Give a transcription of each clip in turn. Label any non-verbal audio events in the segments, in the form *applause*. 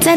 在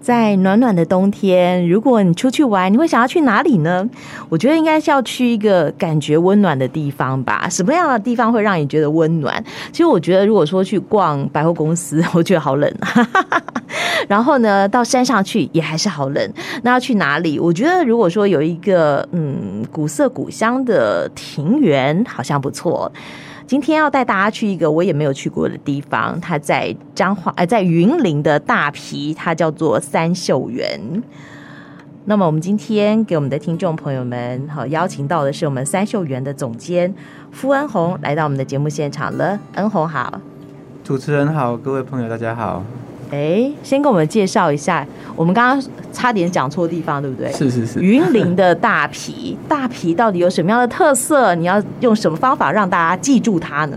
在暖暖的冬天，如果你出去玩，你会想要去哪里呢？我觉得应该是要去一个感觉温暖的地方吧。什么样的地方会让你觉得温暖？其实我觉得，如果说去逛百货公司， *laughs* 我觉得好冷啊。然后呢，到山上去也还是好冷。那要去哪里？我觉得如果说有一个嗯古色古香的庭园，好像不错。今天要带大家去一个我也没有去过的地方，它在彰化，呃，在云林的大皮，它叫做三秀园。那么我们今天给我们的听众朋友们，好邀请到的是我们三秀园的总监傅恩宏来到我们的节目现场了。恩宏好，主持人好，各位朋友大家好。哎，先给我们介绍一下，我们刚刚差点讲错地方，对不对？是是是，云林的大皮，大皮到底有什么样的特色？你要用什么方法让大家记住它呢？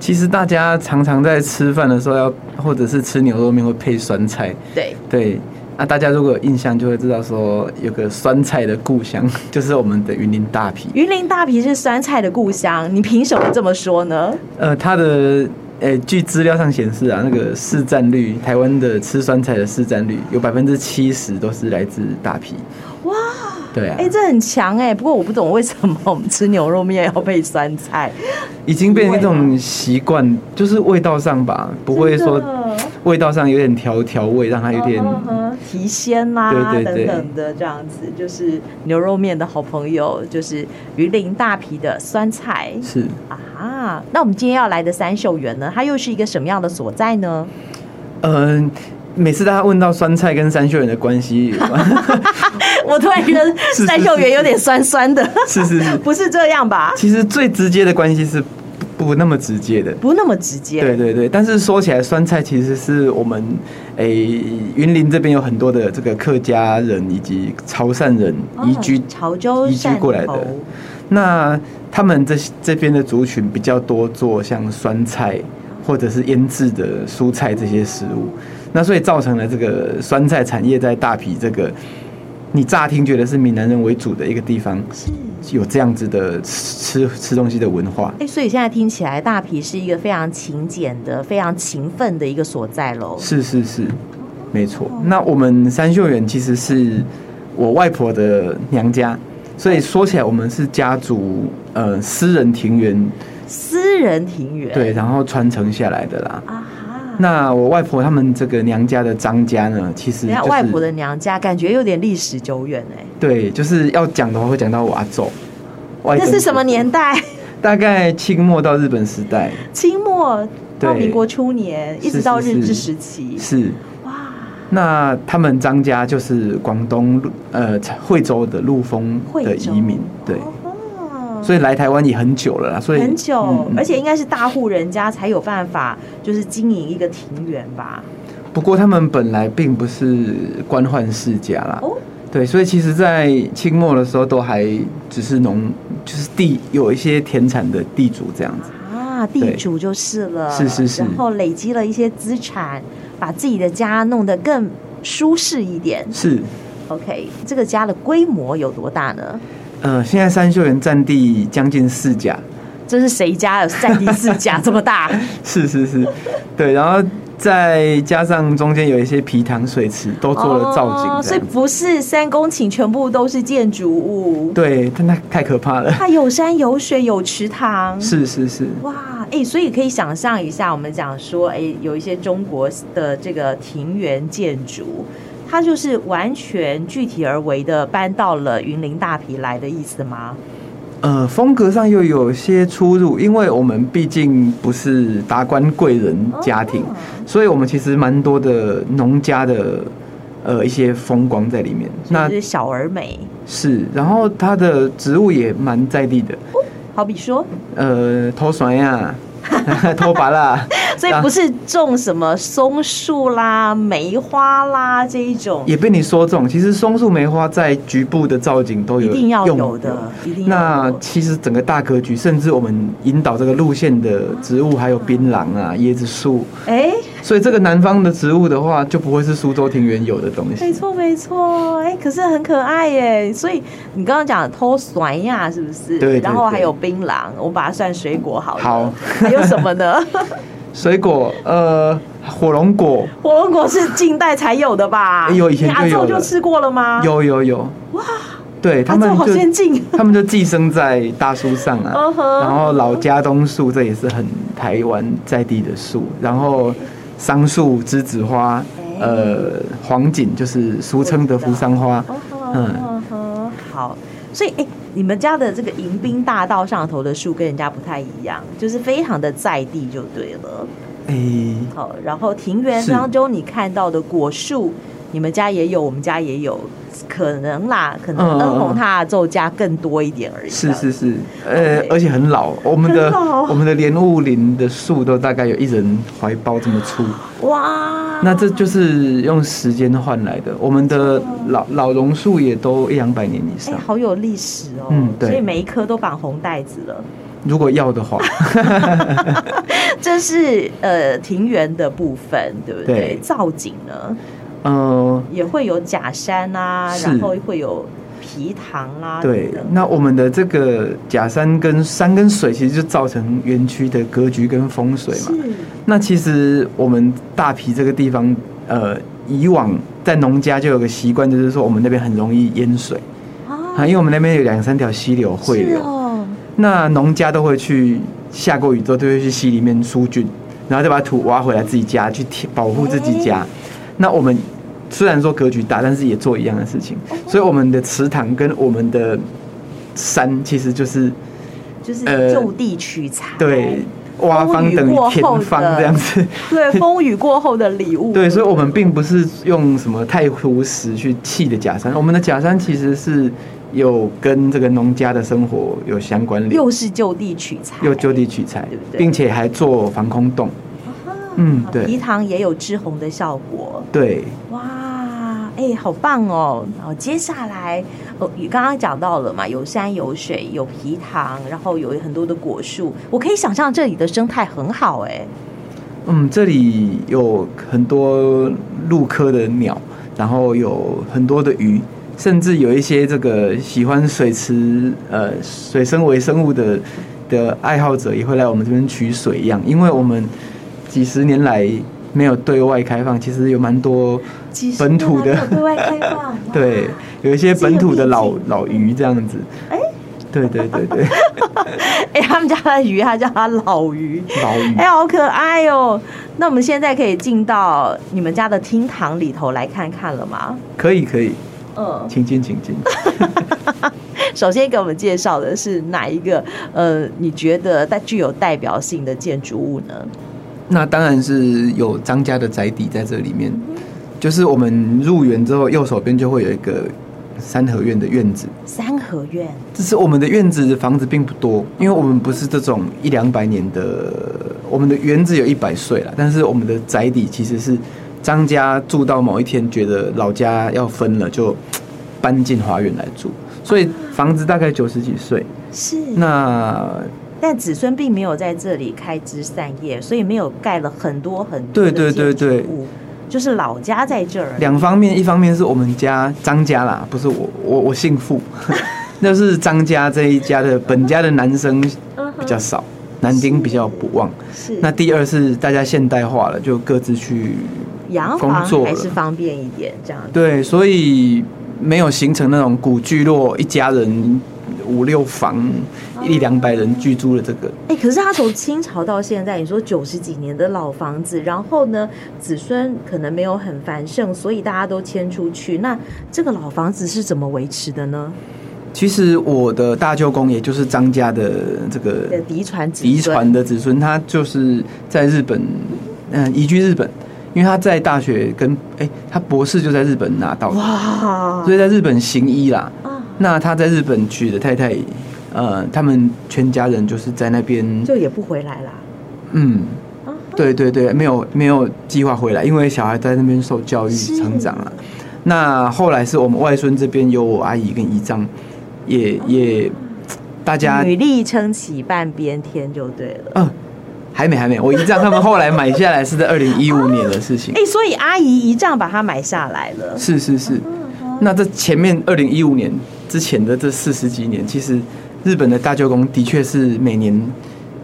其实大家常常在吃饭的时候要，或者是吃牛肉面会配酸菜，对，对。那大家如果有印象，就会知道说有个酸菜的故乡， *laughs* 就是我们的云林大皮。云林大皮是酸菜的故乡，你凭什么这么说呢？呃，它的呃，据资料上显示啊，那个市占率，台湾的吃酸菜的市占率有百分之七十都是来自大皮。哇，对啊哎、，这很强哎、不过我不懂为什么我们吃牛肉面要配酸菜，已经变成一种习惯，就是味道上吧，不会说真的味道上有点调调味，让它有点嗯哼哼提鲜啦、对对等对等的这样子，就是牛肉面的好朋友，就是云林大皮的酸菜。是。啊，那我们今天要来的三秀园呢，它又是一个什么样的所在呢？嗯、每次大家问到酸菜跟三秀园的关 *laughs* 系，*laughs* 我突然觉得是三秀园有点酸酸的，是是是，不是这样吧？其实最直接的关系是不不那么直接的。不那么直接。对对对，但是说起来，酸菜其实是我们诶云林这边有很多的这个客家人以及潮汕人哦移居、潮州移居汕过来头的那他们这这边的族群比较多做像酸菜或者是腌制的蔬菜这些食物，那所以造成了这个酸菜产业在大皮这个你乍听觉得是闽南人为主的一个地方，是。有这样子的吃吃吃东西的文化。哎，所以现在听起来，大皮是一个非常勤俭的、非常勤奋的一个所在喽。是是是，没错。那我们三秀园其实是我外婆的娘家，所以说起来我们是家族呃私人庭园私人庭园。对，然后传承下来的啦。啊哈。那我外婆他们这个娘家的张家呢，其实人就家是外婆的娘家，感觉有点历史久远哎、对，就是要讲的话会讲到我阿祖。外那公是什么年 *laughs* 代？大概清末到日本时代，清末到对民国初年，一是直到是日治是时期。是。哇，那他们张家就是广东陆呃惠州的陆丰惠的州移民，对。哦所以来台湾也很久了啦，所以很久，嗯而且应该是大户人家才有办法，就是经营一个庭园吧？不过他们本来并不是官宦世家啦，哦，对，所以其实，在清末的时候都还只是农，就是地有一些田产的地主这样子，啊，地主就是了，是是是然后累积了一些资产，把自己的家弄得更舒适一点。是， OK，这个家的规模有多大呢？呃，现在三秀园占地将近四甲，这是谁家有占地四家这么 *laughs* 大？是是是，对，然后再加上中间有一些皮塘水池，都做了造景这样哦子，所以不是三公顷全部都是建筑物，对，但那太可怕了， *laughs* 它有山有水有池塘，是是是，哇，哎、所以可以想象一下，我们讲说，哎、有一些中国的这个庭园建筑，它就是完全具体而为的搬到了云林大皮来的意思吗？呃，风格上又有些出入，因为我们毕竟不是达官贵人家庭，哦所以我们其实蛮多的农家的呃一些风光在里面。那那是小而美，是，然后它的植物也蛮在地的，好比说，呃，头酸 *laughs* 呀，头 *laughs* 拔啦，所以不是种什么松树啦、梅花啦这一种，也被你说中。其实松树梅花在局部的造景都一有定要用有的，一定要那有。其实整个大格局，甚至我们引导这个路线的植物，还有槟榔啊、椰子树，哎，所以这个南方的植物的话，就不会是苏州庭园有的东没西。错没错，哎，可是很可爱耶。所以你刚刚讲偷酸呀，是不是？对对然后还对有槟榔，我们把它算水果好了。好，还有什么 *laughs* 呢？水果，呃，火龙果，火龙果是近代才有的吧？哎有以前你阿就有昼了就吃过了吗？，有有有，哇，对阿他昼们啊好就先进。 *laughs* 他们就寄生在大树上啊嗯哼，然后老家东树这也是很台湾在地的树，然后桑树、栀子花，呃，黄锦就是俗称的扶桑花，哎哦嗯哦哦好，所以哎、你们家的这个迎宾大道上头的树跟人家不太一样，就是非常的在地就对了。诶，好，然后庭园是当中你看到的果树，你们家也有，我们家也有，可能啦，可能嗯嗯嗯恩红他的咒家更多一点而已。这是是样子，是，呃 OK，而且很老，我们的哎很老 *laughs* 我们的莲雾林的树都大概有一人怀抱这么粗，啊哇，那这就是用时间换来的。我们的老老榕树也都一两百年以哎、上，好有历史哦。嗯对所以每一棵都绑红带子了。 *laughs* 如果要的话，这是呃庭园的部分，对不对？对造景呢呃，也会有假山啊，是然后会有皮塘啦、啊，对等，等那我们的这个假山跟山跟水，其实就造成园区的格局跟风水嘛。是那其实我们大皮这个地方，呃，以往在农家就有个习惯，就是说我们那边很容易淹水啊，因为我们那边有两三条溪流汇哦是流，哦，那农家都会去下过雨之后，都会去溪里面疏浚，然后再把土挖回来自己家去填保护自己家。那我们虽然说格局大，但是也做一样的事情，所以我们的池塘跟我们的山其实就是就是呃就地取材，对挖方等于田方这样子。对，风哦雨过后的礼物， *laughs* 对，所以我们并不是用什么太湖石去砌的假山，我们的假山其实是有跟这个农家的生活有相关联，又是就地取材，又就地取材对不，对并且还做防空洞。嗯啊，皮对塘也有制红的效果，对，哇，哎、好棒哦！然后接下来，哦，你刚刚讲到了嘛，有山有水，有皮塘，然后有很多的果树，我可以想象这里的生态很好哎、嗯，这里有很多陆科的鸟，然后有很多的鱼，甚至有一些这个喜欢水池呃水生微生物的的爱好者也会来我们这边取水样，因为我们几十年来没有对外开放，其实有蛮多其实本土的原来没有对外开放，哇 *laughs* 对，有一些本土的这老个秘境老鱼这样子。哎对对对 *laughs* 对，哎、他们家的鱼，他叫它老鱼，老鱼哎、。好可爱哦！那我们现在可以进到你们家的厅堂里头来看看了吗？可以可以，嗯，请进请进。首先给我们介绍的是哪一个？呃，你觉得带具有代表性的建筑物呢？ *laughs* 那当然是有张家的宅邸在这里面，就是我们入园之后，右手边就会有一个三合院的院子。三合院，这是我们的院子的房子并不多，因为我们不是这种一两百年的，我们的园子有一百岁了，但是我们的宅邸其实是张家住到某一天觉得老家要分了，就搬进花园来住，所以房子大概九十几岁。是那但子孙并没有在这里开枝散叶，所以没有盖了很多很多对的对对建筑对物就是老家在这儿。两方面，一方面是我们家张家啦，不是我，我我 *laughs* 姓傅，那是张家这一家的本家的男生比较少，男丁比较不旺。嗯是那第二是大家现代化了，就各自去洋工房作还了是方便一点，这样子对，所以没有形成那种古聚落，一家人五六房一两百人居住的这个。哎、可是他从清朝到现在，你说九十几年的老房子，然后呢，子孙可能没有很繁盛，所以大家都迁出去。那这个老房子是怎么维持的呢？其实我的大舅公也就是张家的这个呃的嫡传子孙，遗传的子孙，他就是在日本，嗯、移居日本，因为他在大学跟哎、他博士就在日本拿到的，哇所以在日本行医啦。啊，那他在日本娶的太太，呃，他们全家人就是在那边，就也不回来啦。嗯，啊，对对对，没有没有计划回来，因为小孩在那边受教育是成长了。那后来是我们外孙这边有我阿姨跟姨丈，也也大家女力撑起半边天就对了。嗯，还没还没，我姨丈他们后来买下来是在二零一五年的事情哎、。所以阿姨一仗把它买下来了。是是是，那这前面二零一五年之前的这四十几年，其实日本的大舅公的确是每年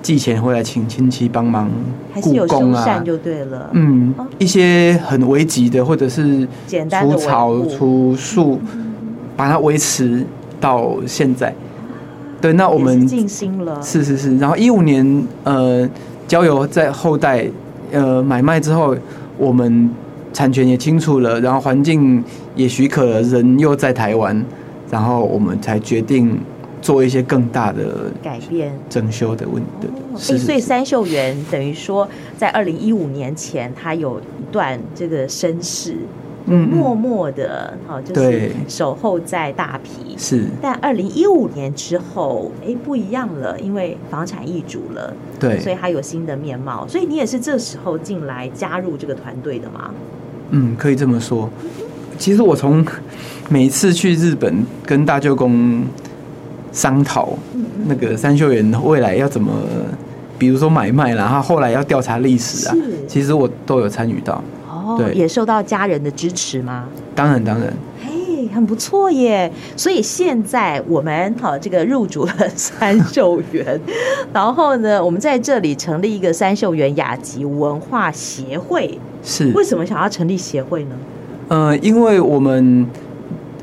祭前会来请亲戚帮忙还是故有宫修啊缮，就对了。嗯，一些很危急的或者是简单的除维草护除树，把它维持到现在。对，那我也们是尽心了。是是是，然后一五年呃，交友在后代呃买卖之后，我们产权也清楚了，然后环境也许可了，人又在台湾，然后我们才决定做一些更大的改变。整修的问题。哦是诶是所以是三秀园等于说，在二零一五年前，他有一段这个身世，嗯默嗯默的，好、就是对守候在大皮。是，但二零一五年之后，哎，不一样了，因为房产易主了，对，所以它有新的面貌。所以你也是这时候进来加入这个团队的吗？嗯，可以这么说。其实我从每次去日本跟大舅公商讨那个三秀园未来要怎么，比如说买卖啦，然后后来要调查历史啊是，其实我都有参与到。哦对，也受到家人的支持吗？当然，当然，嘿，哎很不错耶！所以现在我们好、这个入主了三秀园，然后呢，我们在这里成立一个三秀园雅集文化协会。是为什么想要成立协会呢？呃，因为我们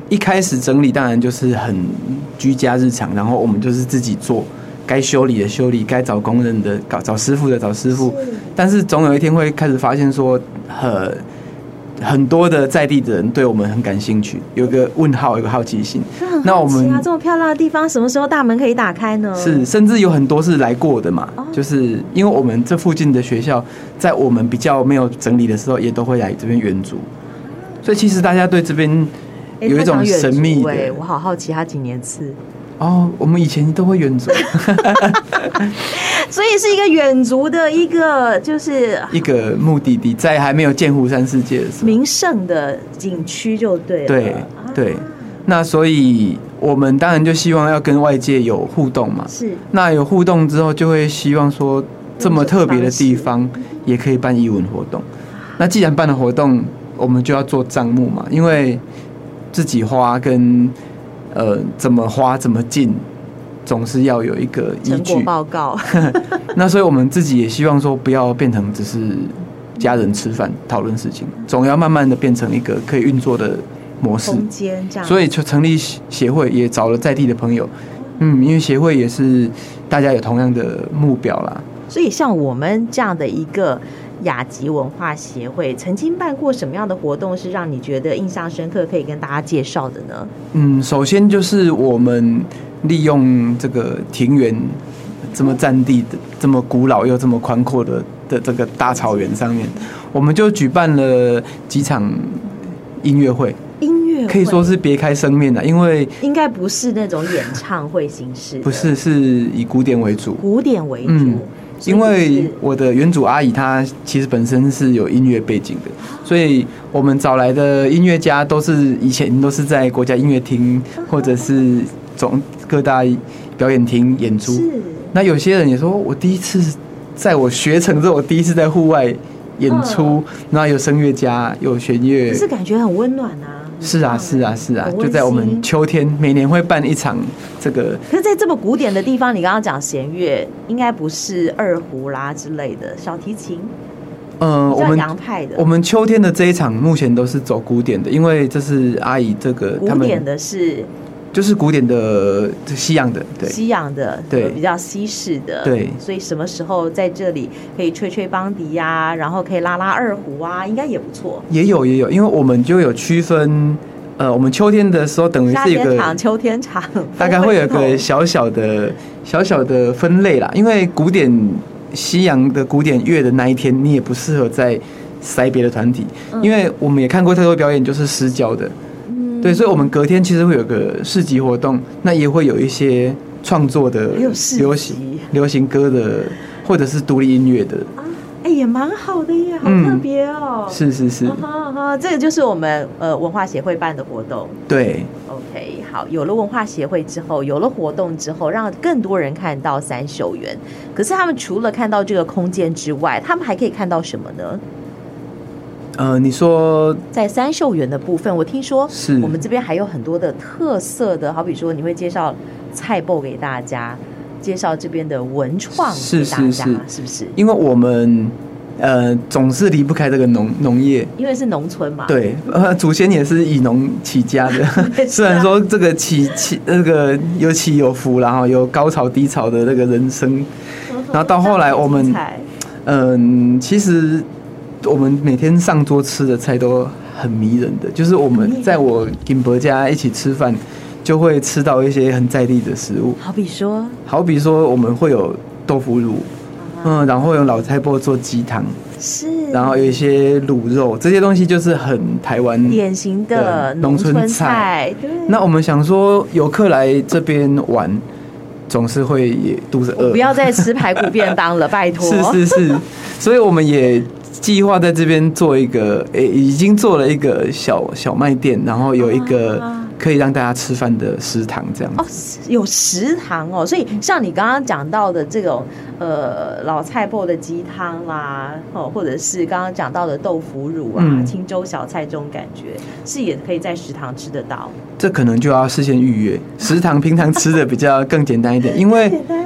一开始整理当然就是很居家日常，然后我们就是自己做，该修理的修理，该找工人的搞，找师傅的找师傅。但是总有一天会开始发现说，很很多的在地的人对我们很感兴趣，有个问号，有个好奇心。那我们啊，这么漂亮的地方，什么时候大门可以打开呢？是，甚至有很多是来过的嘛，哦就是因为我们这附近的学校，在我们比较没有整理的时候，也都会来这边援助，所以其实大家对这边诶有一种哎他常远神足秘诶的我好好奇他几年次，哦，我们以前都 *laughs* 会援助所以是一个远足的一个就是一个目的地，在还没有建湖山世界的时候，名胜的景区就对了。对啊对，那所以我们当然就希望要跟外界有互动嘛，是那有互动之后，就会希望说这么特别的地方也可以办义文活动。那既然办了活动，我们就要做账目嘛，因为自己花跟呃怎么花怎么进，总是要有一个依成果据。报 *laughs* 告。那所以我们自己也希望说，不要变成只是家人吃饭讨论事情，总要慢慢的变成一个可以运作的模式。空间这样，所以以就成立协协会，也找了在地的朋友。嗯，因为协会也是大家有同样的目标啦。所以像我们这样的一个雅集文化协会，曾经办过什么样的活动是让你觉得印象深刻，可以跟大家介绍的呢？嗯，首先就是我们利用这个庭园，这么占地的、这么古老又这么宽阔的的这个大草原上面，我们就举办了几场音乐会，音乐会可以说是别开生面了，因为应该不是那种演唱会形式的，不是是以古典为主。古典为主，嗯所以因为是我的原主阿姨她其实本身是有音乐背景的，所以我们找来的音乐家都是以前都是在国家音乐厅或者是总各大表演厅演出。是那有些人也说，我第一次在我学成之后，我第一次在户外演出，然后有声乐家，有弦乐嗯可。是感觉很温暖啊。很是啊，棒是啊，是啊很，温就在我们馨秋天，每年会办一场这个可是，在这么古典的地方，你刚刚讲弦乐，应该不是二胡啦之类的，小提琴，呃，比我较们洋派的。我们秋天的这一场目前都是走古典的，因为这是阿姨这个古他们典的是就是古典的西洋的，对，西洋的，对呃比较西式的，对所以什么时候在这里可以吹吹邦迪呀、然后可以拉拉二胡啊，应该也不错。也有也有，因为我们就有区分，呃，我们秋天的时候等于夏是一天场、个秋天场，大概会有不个同小小的小小的分类啦，因为古典西洋的古典乐的那一天，你也不适合在塞别的团体，嗯因为我们也看过太多表演就是私交的，对，嗯所以我们隔天其实会有个市集活动，那也会有一些创作的也有市集流行流行歌的，或者是独立音乐的，哎、也蛮好的耶，好嗯特别哦、是是是啊，哈啊哈，这个就是我们呃文化协会办的活动。对， OK，好，有了文化协会之后，有了活动之后，让更多人看到三秀园。可是他们除了看到这个空间之外，他们还可以看到什么呢？呃，你说在三秀园的部分，我听说是我们这边还有很多的特色的，好比说你会介绍菜报给大家，介绍这边的文创给是大是家，是不是？因为我们呃总是离不开这个农农业，因为是农村嘛，，对，呃，祖先也是以农起家 *laughs* 的， *laughs* 虽啊然说这个起起那个有起有伏啦，然后有高潮低潮的那个人生，然后到后来我们嗯，其实我们每天上桌吃的菜都很迷人的，就是我们在我金伯家一起吃饭，就会吃到一些很在地的食物，好比说，好比说我们会有豆腐乳，嗯，然后用老菜脯做鸡汤，啊是，然后有一些卤肉，这些东西就是很台湾典型的的农农村村菜菜，对，那我们想说，游客来这边玩，总是会也肚子饿，不要再吃排骨便当了，拜托，呃是是 *laughs* 是，所以我们也计划在这边做一个，诶、已经做了一个小小卖店，然后有一个啊可以让大家吃饭的食堂，这样子。哦，是有食堂哦，所以像你刚刚讲到的这种呃老菜脯的鸡汤啦，哦，或者是刚刚讲到的豆腐乳啊、嗯青州小菜这种感觉，是也可以在食堂吃得到。这可能就要事先预约，食堂平常吃的比较更简单 *laughs* 一点，因为简单，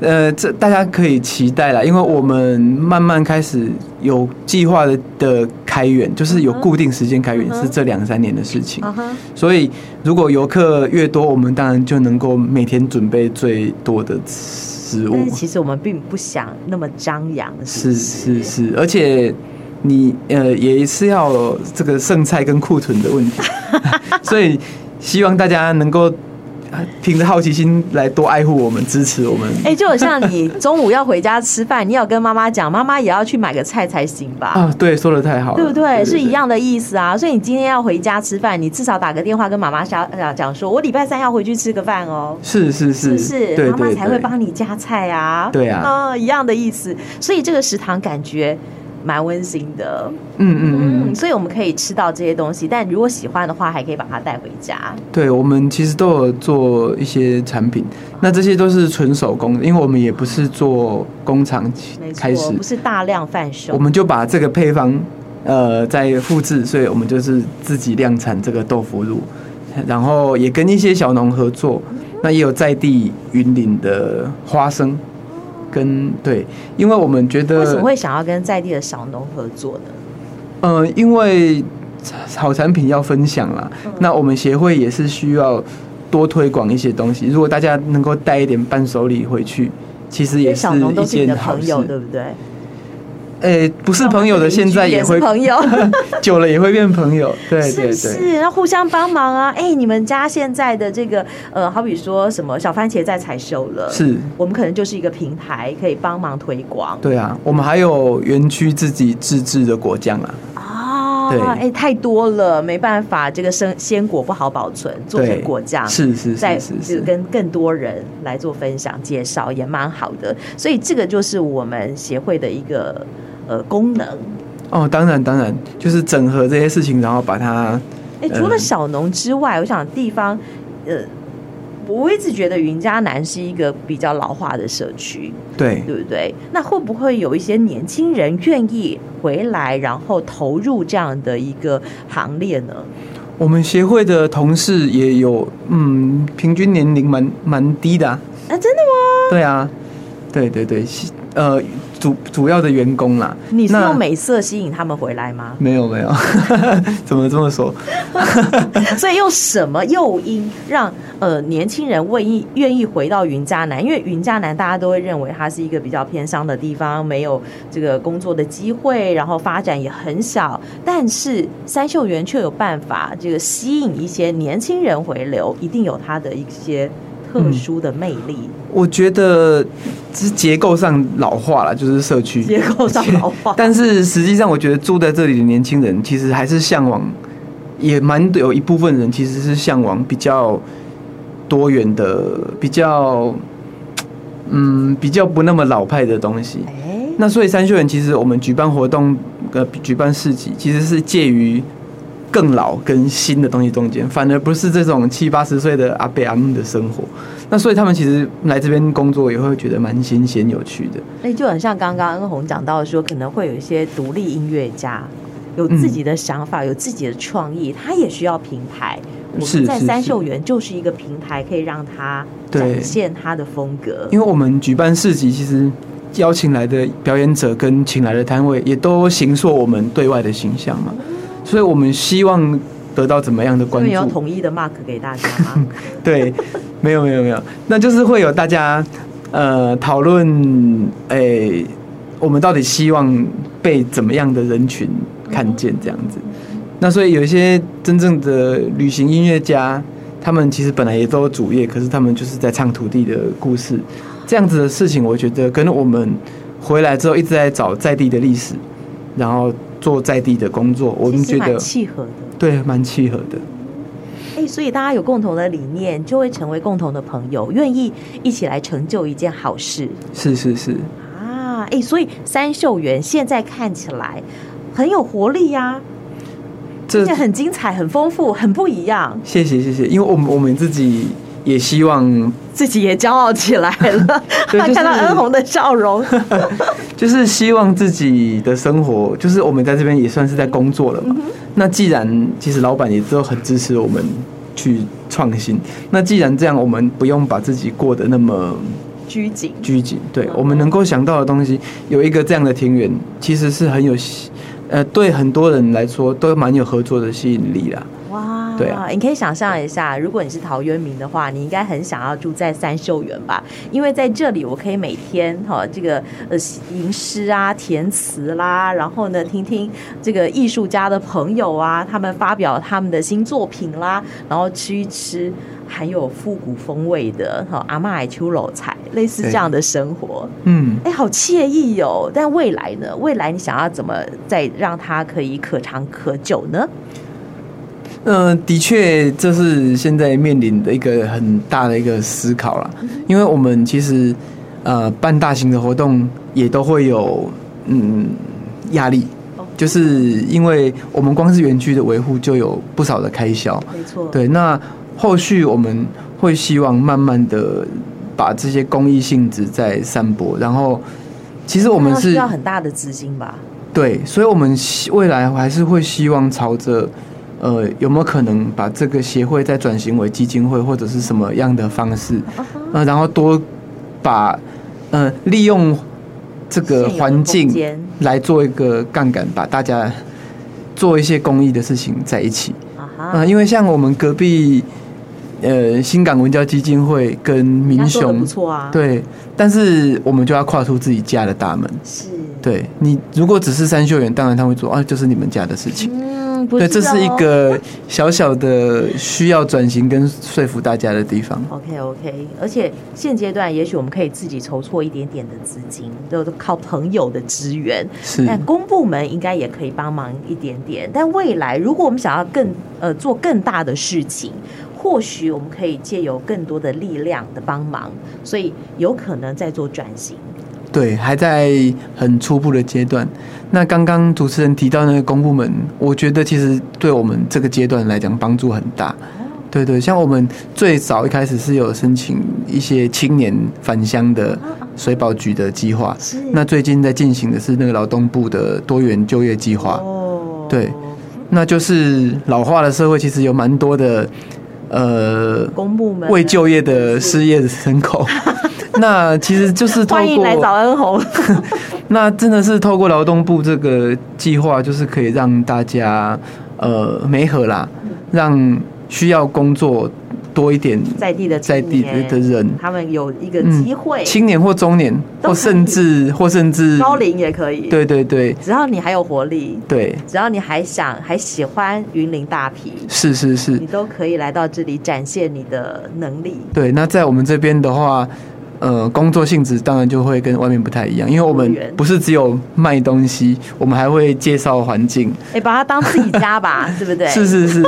呃，这大家可以期待啦，因为我们慢慢开始有计划的的开源，就是有固定时间开源嗯哼是这两三年的事情。啊哈，所以，如果游客越多，我们当然就能够每天准备最多的食物但。是其实我们并不想那么张扬，是不是是，而且你呃也是要有这个剩菜跟库存的问 *laughs* 题，所以希望大家能够呃凭着好奇心来多爱护我们，支持我们。 *laughs* 哎、就好像你中午要回家吃饭，你要跟妈妈讲，妈妈也要去买个菜才行吧？啊，对，说的太好了，对不对？是一。样的意思啊。所以你今天要回家吃饭，你至少打个电话跟妈妈讲讲说，我礼拜三要回去吃个饭哦。是是是是不是？对妈妈对才会对，帮你夹菜啊。对啊嗯，一样的意思。所以这个食堂感觉蛮温馨的，嗯嗯嗯，嗯，所以我们可以吃到这些东西，但如果喜欢的话，还可以把它带回家。对，我们其实都有做一些产品，那这些都是纯手工的，因为我们也不是做工厂起没开错，始不，是大量贩售。我们就把这个配方呃再复制，所以我们就是自己量产这个豆腐乳，然后也跟一些小农合作，那也有在地云林的花生，跟对，因为我们觉得为什么会想要跟在地的小农合作呢？呃，因为好产品要分享啦，嗯那我们协会也是需要多推广一些东西。如果大家能够带一点伴手礼回去，其实也是小农一都是你的件好朋事友，。对不对？诶、不是朋友的，现在也也是会朋友。 *laughs* 久了也会变朋 *laughs* 友。对对是不对，是？要互相帮忙啊！哎、你们家现在的这个呃，好比说什么小番茄在采收了，是，我们可能就是一个平台，可以帮忙推广。对啊。我们还有园区自己自制的果酱啊，啊，对哎、太多了，没办法，这个生鲜果不好保存，做成对，果酱。是是再是是，就是跟更多人来做分享介绍也蛮好的，所以这个就是我们协会的一个呃功能。哦，当然当然，就是整合这些事情，然后把它哎、嗯除了小农之外，我想地方，呃，我一直觉得云嘉南是一个比较老化的社区，对对不对？那会不会有一些年轻人愿意回来，然后投入这样的一个行列呢？我们协会的同事也有，嗯，平均年龄蛮蛮低的、啊，啊，真的吗？对啊，对对对，是呃，主主要的员工啦。你是那？用美色吸引他们回来吗 *laughs* 没有没有，怎么这么说？所以用什么诱因让呃年轻人愿意愿意回到云嘉南？因为云嘉南大家都会认为它是一个比较偏乡的地方，没有这个工作的机会，然后发展也很小。但是三秀园却有办法，这个吸引一些年轻人回流，一定有它的一些特殊的魅力。我觉得这是结构上老化了，就是社区结构上老化但是实际上，我觉得住在这里的年轻人其实还是向往，也蛮有一部分人其实是向往比较多元的、比较嗯比较不那么老派的东西。哎，那所以三秀园其实我们举办活动，呃，举办市集，其实是介于更老跟新的东西中间，反而不是这种七八十岁的阿伯阿姆的生活。那所以他们其实来这边工作也会觉得蛮新鲜有趣的。那就很像刚刚恩红讲到说，可能会有一些独立音乐家。有自嗯己的想法，有自己的创意，他也需要平台。我是们在是三是秀园就是一个平台，可以让他展对现他的风格。因为我们举办市集，其实邀请来的表演者跟请来的摊位也都形塑我们对外的形象嘛，所以我们希望得到怎么样的这关边有注？统一的 mark 给大家吗？对，没有没有没有，那就是会有大家呃讨论，诶、我们到底希望被怎么样的人群看见这样子？那所以有一些真正的旅行音乐家，他们其实本来也都有主业，可是他们就是在唱土地的故事，这样子的事情，我觉得跟我们回来之后一直在找在地的历史，然后做在地的工作， *laughs* 我们其实觉蛮得契合的。对蛮契合的。哎、所以大家有共同的理念，就会成为共同的朋友，愿意一起来成就一件好事是是是，啊！哎、所以三秀园现在看起来很有活力呀、这而且很精彩、很丰富、很不一样，谢谢谢谢，因为我们我们自己也希望，自己也骄傲起来了。 *laughs* 对就是看到恩红的笑容，就是希望自己的生活，就是我们在这边也算是在工作了嘛。那既然其实老板也都很支持我们去创新，那既然这样，我们不用把自己过得那么拘谨。 *laughs* 拘谨。对嗯，我们能够想到的东西，有一个这样的庭园，其实是很有吸，呃，对很多人来说都蛮有合作的吸引力啦。哇，对啊你可以想象一下，如果你是陶渊明的话，你应该很想要住在三秀园吧？因为在这里，我可以每天哈、这个呃吟诗啊、填词啦，然后呢听听这个艺术家的朋友啊，他们发表他们的新作品啦，然后吃一吃含有复古风味的哈、阿嬷海秋楼菜，类似这样的生活。嗯。哎，好惬意哦！但未来呢？未来你想要怎么再让它可以可长可久呢？嗯，的确，这是现在面临的一个很大的一个思考啦。因为我们其实呃办大型的活动也都会有嗯压力哦，就是因为我们光是园区的维护就有不少的开销。没错，对，那后续我们会希望慢慢的把这些公益性质再散播，然后其实我们那是需要很大的资金吧？对，所以我们希未来还是会希望朝着，呃，有没有可能把这个协会再转型为基金会或者是什么样的方式，嗯呃，然后多把，呃，利用这现有个的环空境间来做一个杠杆，把大家做一些公益的事情在一起。啊啊、哈，因为像我们隔壁，呃，新港文教基金会跟民人家做的雄不，错啊，，对，但是我们就要跨出自己家的大门。是，，对你，如果只是三秀园，当然他会说啊，就是你们家的事情。嗯，不对，这是一哦。个小小的需要转型跟说服大家的地方。 OK OK，而且现阶段也许我们可以自己筹措一点点的资金，都都靠朋友的支援。是但公部门应该也可以帮忙一点点。但未来如果我们想要更呃做更大的事情，或许我们可以借由更多的力量的帮忙，所以有可能在做转型。对，还在很初步的阶段。那刚刚主持人提到那个公部门，我觉得其实对我们这个阶段来讲帮助很大。对对，像我们最早一开始是有申请一些青年返乡的水保局的计划，啊是那最近在进行的是那个劳动部的多元就业计划。哦对那就是老化的社会，其实有蛮多的呃公部门未就业的失业 *laughs* 人口。那其实就是透欢迎来找过，恩红。那真的是透过劳动部这个计划，就是可以让大家呃媒合啦，让需要工作多一点在地的青在地年的人，他们有一个嗯机会，青年或中年，都可以或甚至或甚至高龄也可以。，对对对只要你还有活力，对，只要你还想还喜欢云林大皮，是是是你，都可以来到这里展现你的能力。对，那在我们这边的话，呃，工作性质当然就会跟外面不太一样，因为我多们元不是只有卖东西，我们还会介绍环境。哎、把它当自己家吧， *laughs* 对不对？是 *laughs* 是是，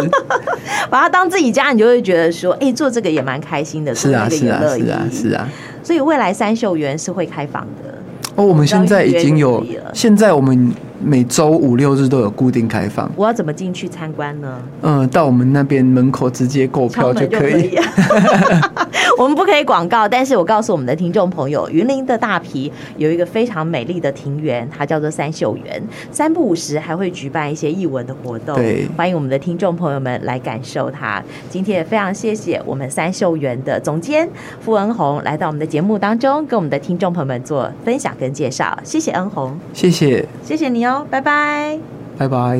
把它当自己家，你就会觉得说，哎、做这个也蛮开心的，是啊做是那啊个也乐意是啊是啊。所以未来三秀园是会开放的，哦，我们现在已经我有知道预约就可以了，现在我们每周五六日都有固定开放。我要怎么进去参观呢？嗯、到我们那边门口直接购敲票门就就可可以以。。 *laughs* 我们不可以广告，但是我告诉我们的听众朋友，云林的大皮有一个非常美丽的庭园，它叫做三秀园。三不五时还会举办一些艺文的活动，对欢迎我们的听众朋友们来感受它。今天也非常谢谢我们三秀园的总监傅恩宏来到我们的节目当中，跟我们的听众朋友们做分享跟介绍。谢谢恩宏，谢谢，谢谢你哦，拜拜。拜拜。